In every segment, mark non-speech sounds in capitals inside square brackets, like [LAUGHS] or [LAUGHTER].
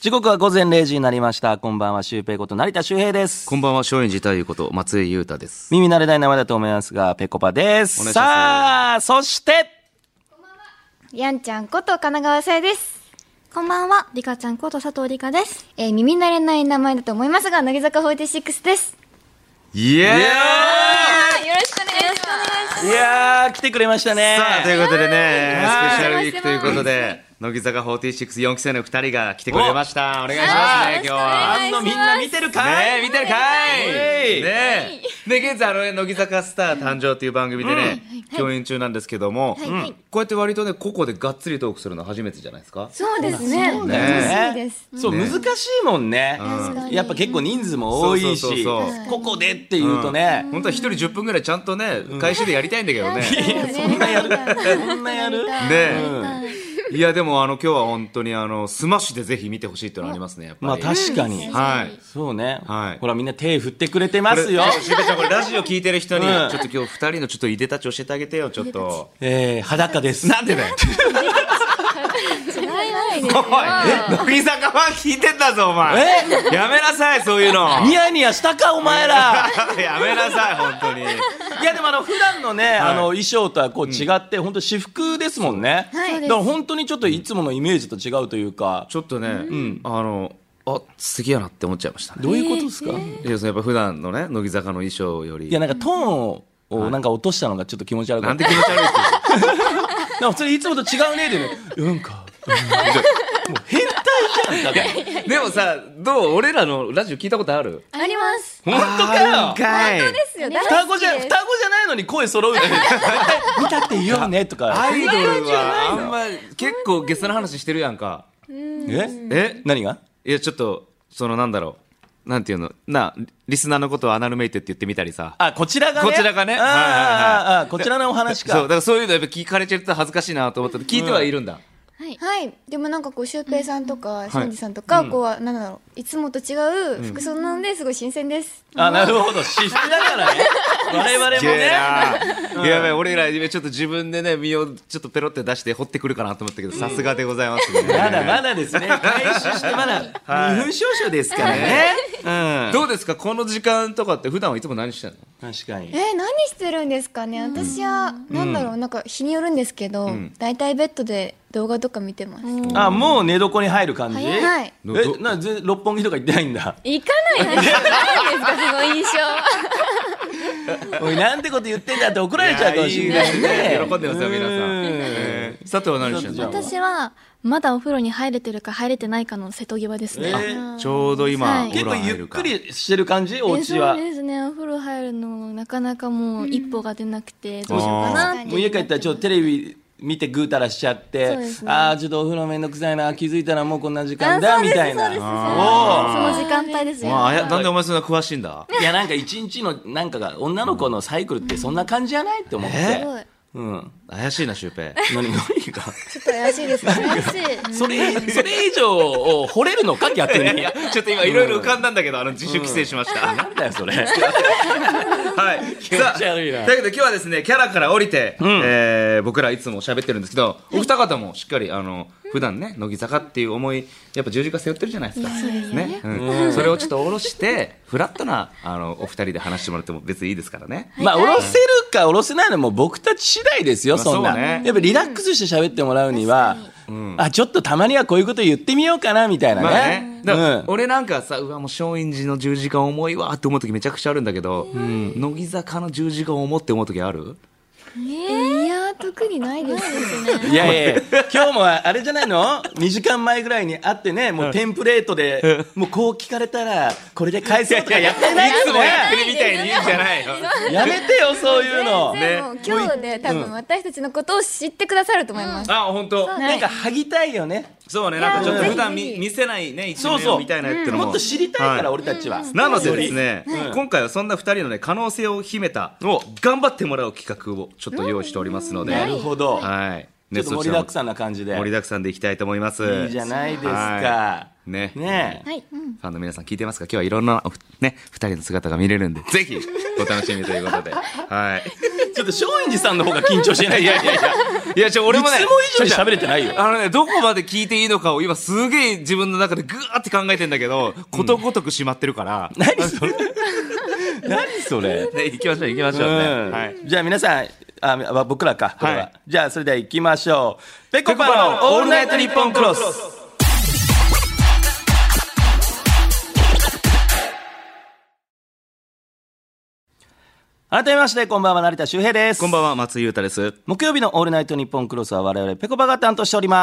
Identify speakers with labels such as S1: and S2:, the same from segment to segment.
S1: 時刻は午前0時になりました。こんばんは、シュウペイこと成田修平です。
S2: こんばんは、松陰寺太夫こと松江裕太です。
S1: 耳慣れない名前だと思いますが、ぺこぱです。
S2: お願いします
S1: さあ、そして、
S3: やんちゃんこと神奈川さやです。こんばんは、りかちゃんこと佐藤りかです。えー、耳慣れない名前だと思いますが、乃木坂46です。
S2: イエー
S3: よろしくお願いします。
S1: いやー、来てくれましたね。
S2: さあ、ということでね、
S1: はい
S2: スペシャルウィークということで、乃木坂464期生の2人が来てくれました。お願いしますね、今日は。
S1: あんのみんな見てるかい
S2: ねえ、見てるかい
S1: えい
S2: ねえ。で、現在、あのね、乃木坂スター誕生という番組でね、共演中なんですけども、
S3: い
S2: うんこうやって割とね、個々でがっつりトークするの初めてじゃないですか。
S3: そうですね。
S2: ね
S3: 楽しいです。
S1: そう、難しいもんね。
S3: かに
S1: やっぱ結構人数も多い
S2: そうそう
S1: し
S2: そうそ、
S1: ここでっていうとね、
S2: 本当は1人10分ぐらいちゃんとね、開始でやりたいんだけどね。
S3: そんなやる
S1: そんなや
S4: [LAUGHS]
S1: る
S2: ねえ、いやでもあの今日は本当にあのスマッシュでぜひ見てほしいっていうのありますねやっぱり
S1: まあ確かに。
S2: はい
S1: そうね
S2: は。い
S1: ほら、みんな手振ってくれてますよ
S2: こ。れしべちゃんこれラジオ聞いてる人に、
S1: うん
S2: ちょっと今日二人のちょっといでたち教えてあげてよちょっ
S1: [LAUGHS]
S2: と
S1: えー、裸です。
S2: なんでだよ
S3: ないです
S2: おい [LAUGHS] 乃木坂ファン聞いてんだぞお前
S1: え
S2: やめなさいそういうの
S1: ニヤニヤしたか、お前ら。
S2: [LAUGHS] やめなさい本当
S1: [LAUGHS]
S2: に
S1: いやでもあの普段のね、あの衣装とはこう違って、本当私服ですもんね。
S3: はい
S1: だから本当にちょっといつものイメージと違うというか。
S2: ちょっとね、あのあ素敵やなって思っちゃいましたね
S1: どういうことですか、
S2: いやそのやっぱ普段のね乃木坂の衣装より
S1: いやなんかトーンを、なんか落としたのがちょっと気持ち悪か
S2: な
S1: っ
S2: ん
S1: た。
S2: で気持ち悪いって言うの
S1: なんかそれいつもと違うねでね。いやなん
S2: [LAUGHS]
S1: か、うんもう変態じゃんだから。 [LAUGHS]
S2: でもさどう俺らのラジオ聞いたことある
S3: あります。
S1: 本当かよ
S2: あるんかい
S3: ですよ。
S1: 双子じゃ、
S3: 大好
S1: 双子
S3: きです
S1: じゃないのに声揃うって。 [LAUGHS] 見たっていいよねとか。
S2: アイドルはあんま結構ゲスな話してるやんか。
S1: え
S2: え
S1: 何が
S2: いやちょっとそのなんだろうなんていうのなリリスナーのことをアナルメイテって言ってみたりさ。
S1: あ、こちらがね。
S2: こちらが
S1: あ
S2: ね
S1: ー
S2: はいはいはい
S1: あーあーこちらのお話
S2: そうだ
S1: か。
S2: からそういうのやっぱ聞かれちゃうと恥ずかしいなと思ったら聞いてはいるんだ。
S3: はい。でもなんかこう、シュウペイさんとか、シンジさんとか、こう、なんだろう、いつもと違う服装なんで、すごい新鮮です。
S1: あ、なるほど。私服だからね。我々も
S2: [LAUGHS] すげえ
S1: ね。
S2: なやばい俺ら今ちょっと自分でね身をちょっとペロって出して掘ってくるかなと思ったけどさすがでございますね。
S1: まだまだです
S2: [LAUGHS]
S1: ね。回収してまだ2分少々ですからね。うん。
S2: どうですかこの時間とかって普段はいつも何してんの？
S1: 確かに。
S3: えー、何してるんですかね私は、なんだろうなんか日によるんですけど、大体ベッドで動画とか見てます、
S1: あ、もう寝床に入る感じ
S3: 早いはい
S1: え、な、ぜ六本木とか行ってないんだ。
S3: 行かないです何ですかその
S4: [LAUGHS]
S3: 印象
S1: おい、なんてこと言ってんだって怒られちゃうかもしれない
S2: いやいい
S1: ね
S2: ね。喜んでますよ皆さんえー佐藤は何してん
S1: ちょっ
S2: の
S1: と？
S4: 私はまだお風呂に入れてるか入れてないかの瀬戸際ですね、
S1: えー
S2: ちょうど今、
S4: はい
S2: お
S1: 結
S2: 風
S1: 構
S2: 呂入
S1: ゆっ
S2: るか
S1: くりしてる感じお
S4: え
S1: 家
S4: そ
S1: は
S4: う。ですねお風呂入るのなかなかもう一歩が出なくてどうしようかなって
S1: もう家帰ったらちょっとテレビ見てぐうたらしちゃって、
S4: そうですね
S1: ああ、ちょっとお風呂めんどくさいな、気づいたらもうこんな時間
S4: あ
S1: だ、
S4: そう
S1: み
S4: です
S1: たいな。
S4: そうです
S1: おー
S4: その時間帯ですよ、
S2: まああや、なんでお前そんな詳しいんだ
S1: いやなんか一日のなんかが女の子のサイクルってそんな感じじゃないって思って、
S2: え
S1: うん
S2: 怪しいな、シュウペ
S1: 何何が
S3: ちょっと怪しいですね
S1: [LAUGHS] それそれ以上を惚れるのか逆に
S2: イ。 [LAUGHS]
S1: [LAUGHS]
S2: いや、ちょっと今いろいろ浮かんだんだけど、あの、自主規制しました。
S1: なんだよそれ
S2: はい。
S1: 気持ち悪いな
S2: さあということで今日はですね、キャラから降りて、えー僕らいつも喋ってるんですけど、お二方もしっかり、あの、普段ね、乃木坂っていう思い、やっぱ十字架背負ってるじゃないですか。ね。うんそれをちょっと下ろして、フラットな、あの、お二人で話してもらっても別にいいですからね。
S1: まあ下ろせるか下ろせないのも僕たち次第ですよ
S2: まあ
S1: そんな、
S2: そうね
S1: やっぱリラックスして喋ってもらうには、あちょっとたまにはこういうこと言ってみようかなみたいなね,、
S2: まあね、だから
S1: うん、
S2: 俺なんかさ、うわ、もう松陰寺の十字架重いわって思う時めちゃくちゃあるんだけど、乃木坂の十字架重って思う時ある
S3: いやー特にないです
S1: いやいやいや今日もあれじゃないの2時間前ぐらいに会ってねもうテンプレートでもうこう聞かれたらこれで返そうとかやってないっす
S2: もうやっ
S1: ね
S2: てるみたいに言うんじゃないよ。
S1: やめてよそういうの
S3: でも今日で多分私たちのことを知ってくださると思
S1: [LAUGHS]
S3: います、
S2: あ、本当。
S1: なんか剥ぎたいよね
S2: そうね、なんかちょっと
S1: いや
S2: 普段
S3: ぜひぜ
S2: 見
S3: ひ
S2: 見せないね、一
S1: そう
S2: 面
S1: そ
S2: を
S1: う
S2: みたいなやってのも。
S1: もっと知りたいから
S2: は
S1: 俺たちは
S2: なのでですね、今回はそんな二人のね、可能性を秘めた、頑張ってもらう企画をちょっと用意しておりますので。
S1: なるほど
S2: はい。
S1: ちょっと盛りだくさ
S2: ん。
S1: んな感じで
S2: 盛りだくさんでいきたいと思います。
S1: いいじゃないです
S2: は
S1: か
S2: ね。
S1: ねえ
S3: はい、うん、
S2: ファンの皆さん聞いてますか今日はいろんなおふ、ね、二人の姿が見れる
S1: [LAUGHS]
S2: んで、ぜひ、お楽しみということで。はい。
S1: ちょっと松陰寺さんの方が緊張してない
S2: いやいやいや、いや、ち [LAUGHS] ょ、俺もね、
S1: いつも以上に喋れてないよ
S2: ちょちょあのね、どこまで聞いていいのかを今すげえ自分の中でぐーって考えてんだけど、ことごとくしまってる
S1: [LAUGHS]
S2: から。
S1: 何それ何それ
S2: ね、行きましょう行きましょうね。はい。
S1: じゃあ皆さんああ僕らかこれは、
S2: はい
S1: じゃあそれでは行きましょうぺこぱの「オールナイトニッポンクロス」改めましてこんばんは成田修平です
S2: こんばんは、松井裕太です。
S1: 木曜日の「オールナイトニッポンクロス」は我々ぺこぱが担当しておりま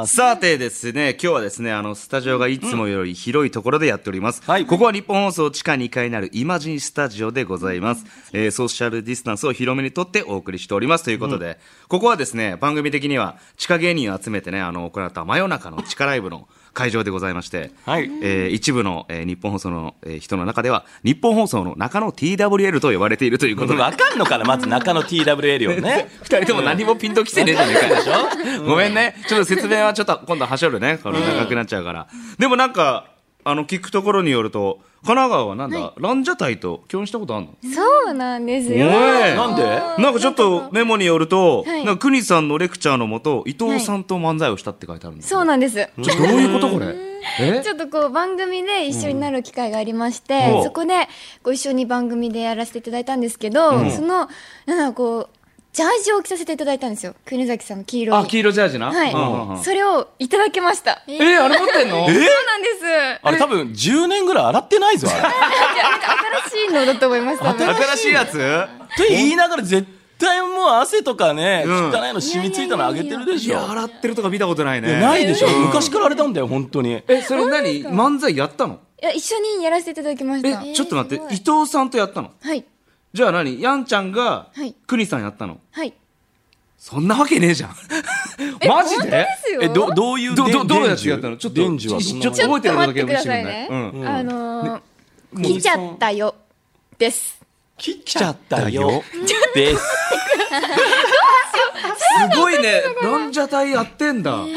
S2: はい。
S1: す
S2: さてですね、今日はですね、あの、スタジオがいつもより広いところでやっております。
S1: はい
S2: ここは日本放送地下2階にあるイマジンスタジオでございます。えーソーシャルディスタンスを広めにとってお送りしておりますということで、ここはですね、番組的には地下芸人を集めてね、あの、行った真夜中の地下ライブの会場でございまして、
S1: はい
S2: えー一部の、えー日本放送の、えー人の中では、日本放送の中の TWL と呼ばれているということ
S1: 分
S2: で、
S1: かんのかなまず中野 TWL をね
S2: [LAUGHS] 二人とも何もピンときてねえじゃねえかでし [LAUGHS] ょ、ごめんね。ちょっと説明はちょっと今度はしょるね。この長くなっちゃうから。でもなんか、あの、聞くところによると、神奈川はなんだ、ランジャタイと共演したことあるの
S3: そうなんですよ
S2: え
S1: なんで
S2: なんかちょっとメモによると、
S3: はい
S2: なんか国さんのレクチャーのもと、伊藤さんと漫才をしたって書いてあるんです
S3: そうなんです
S2: ちょどういうことこれえ
S3: ちょっとこう番組で一緒になる機会がありまして、
S2: うん
S3: そこでご一緒に番組でやらせていただいたんですけど、そのなんかこうジャージを着させていただいたんですよ国崎さんの黄色
S2: あ、
S3: い
S2: 黄色ジャージな。
S3: はい、
S2: うんうんうん
S3: それをいただきました、
S2: えーあれ持ってんの
S3: そうなんです
S1: あれ多分10年ぐらい洗ってないぞあれ
S3: いやなんか新しいのだと思います多分
S2: 新しいやつ
S1: って言いながら絶対もう汗とかね、
S2: うん
S1: 汚いの染みついたのあげてるで
S2: い
S1: しょ。
S2: や、洗ってるとか見たことない
S1: いや
S2: ね。
S1: ないでしょ、
S2: うん
S1: 昔からあれなんだよ、本当に。
S2: え、それ何漫才やったの
S3: いや一緒にやらせていただきました
S2: え、ちょっと待って、
S3: す
S2: 伊藤さんとやったの
S3: ごいはい
S2: じゃあ何やんちゃんが
S3: はい、
S2: くにさんやったの
S3: はい
S2: そんなわけねえ
S3: [LAUGHS]
S2: じゃん。マジ
S3: 本当
S2: で
S3: ですよ
S1: え、ど、どういう、
S2: ど、ど、
S1: で
S2: どうやってやったのちょっと、
S1: 伝
S2: ち
S1: 授
S2: ょ
S1: は
S2: ち
S1: どん
S2: ょ
S1: なの
S2: っと覚えてるのだけ
S3: ちょっと待っ
S2: 見せてみないう
S3: てくださいね。
S2: ん。
S3: あのー
S2: もう
S3: 来ちゃったよです
S1: 来ちゃったよ。です。
S2: すごいね、ランジャタイやってんだ。
S3: はい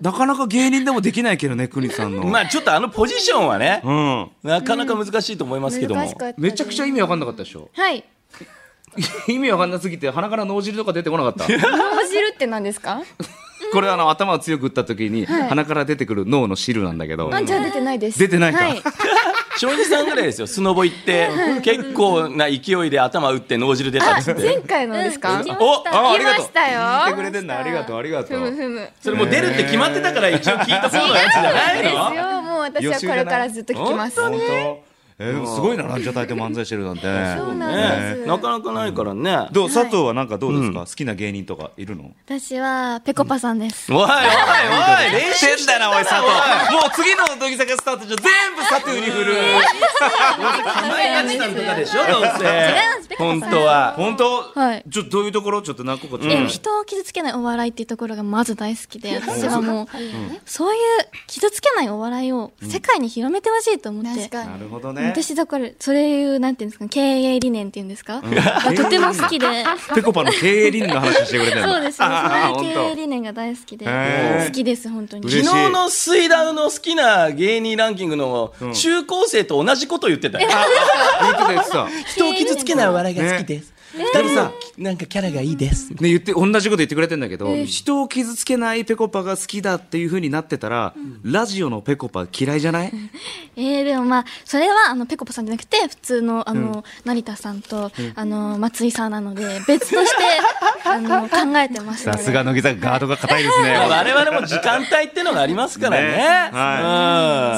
S2: なかなか芸人でもできないけどね、くにさんの。
S1: まあちょっとあのポジションはね、
S2: うん。
S1: なかなか難しいと思いますけども。
S3: 難しかった
S2: めちゃくちゃ意味わかんなかったでしょ [LAUGHS]
S3: はい
S2: 意味わかんなすぎて鼻から脳汁とか出てこなかった。
S3: 脳汁って何ですか
S2: これあの頭を強く打った時に鼻から出てくる脳の汁なんだけど。
S3: あ、じゃあ出てないです。
S2: 出てないか
S3: はい、
S1: 松陰寺さんぐらいですよ、スノボ行
S3: [LAUGHS]
S1: って、結構な勢いで頭打って脳汁出
S2: [LAUGHS]
S1: たっつって。
S3: 前回のですか。
S2: おあありがとう
S3: 来ましたよ
S2: 聞いてくれてんだありがとうありがと
S3: ふ
S2: う
S3: むふむ。
S1: それもう出るって決まってたから一応聞いた方のやつじゃない
S3: です
S1: の
S3: よ。もう私はこれからずっと聞きます。
S2: 本当えーすごいなランジャタイで漫才してるなんてね
S3: そうなんです。
S1: ねなかなかないからね。
S2: どう佐藤はなんかどうですか好きな芸人とかいるの
S4: 私はペコパさんです。
S1: おいおいおい、練習
S2: してんだなおい佐藤もう次の乃木坂スタートじゃ全部佐藤に振る
S1: かまいたちさんとかでしょ、どう
S4: 違うんです
S1: せ。
S4: ペコパさ
S1: 本
S4: ん
S1: 当は。
S2: 本当
S4: はい
S2: ちょっとどういうところちょっと何個かちょっと
S4: え人を傷つけないお笑いっていうところがまず大好きで私はもうそういう傷つけないお笑いを世界に広めてほしいと思って
S3: 確か
S2: な
S3: に。
S2: るほどね
S4: 私だからそういうなんていうんですか経営理念っていうんですかがとても好きで
S2: ぺこぱの経営理念の話してくれてる
S4: そうですね
S2: ああ
S4: そういう経営
S2: 本
S4: 理念が大好きで
S2: へー
S4: 好きです本当に
S2: 嬉しい
S1: 昨日の水ダウの好きな芸人ランキングの中高生と同じこと言ってたよ。
S2: 当言ってた言って
S1: 人を傷つけない笑いが好きです。
S2: た
S1: 二人
S2: でもさ
S1: さ、なんかキャラがいいです。
S2: ね、言って同じこと言ってくれてんだけど、人を傷つけないペコパが好きだっていう風になってたら、ラジオのペコパ嫌いじゃ
S4: [LAUGHS]
S2: ない、
S4: えー、でもまあそれはあのぺこぱさんじゃなくて普通のあの、成田さんと、あの松井さんなので別としてあの考えてますので
S2: 乃木坂ガードが硬いです [LAUGHS] ね
S1: 我々も時間帯ってのがありますから
S2: ねはい、
S1: ね。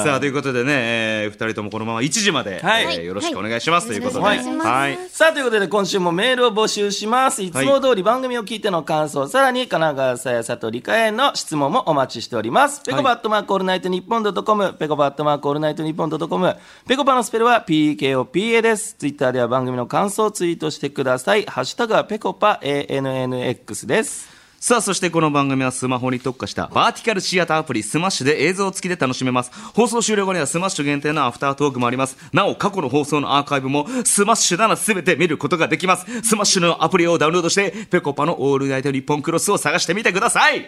S2: さあということでね、えー、2人ともこのまま1時まで、
S1: はい
S2: えーよろしくお願いします、
S4: はい
S2: ということで、
S1: よろし
S4: くお願いします
S2: はい
S1: うんさあということで今週もメールを募集します。いつも通り番組を聞いての感想、さらに神奈川さやさと理科への質問もお待ちしております。ペコパットマークオールナイトニッポンドットコム、ペコパットマークオールナイトニッポンドットコム、ペコパのスペルは PKOPA です。ツイッターでは番組の感想をツイートしてください。ハッシュタグはペコパ ANNX です。
S2: さあそしてこの番組はスマホに特化したバーティカルシアターアプリスマッシュで映像付きで楽しめます放送終了後にはスマッシュ限定のアフタートークもありますなお過去の放送のアーカイブもスマッシュなら全て見ることができますスマッシュのアプリをダウンロードしてぺこぱのオールナイト日本クロスを探してみてください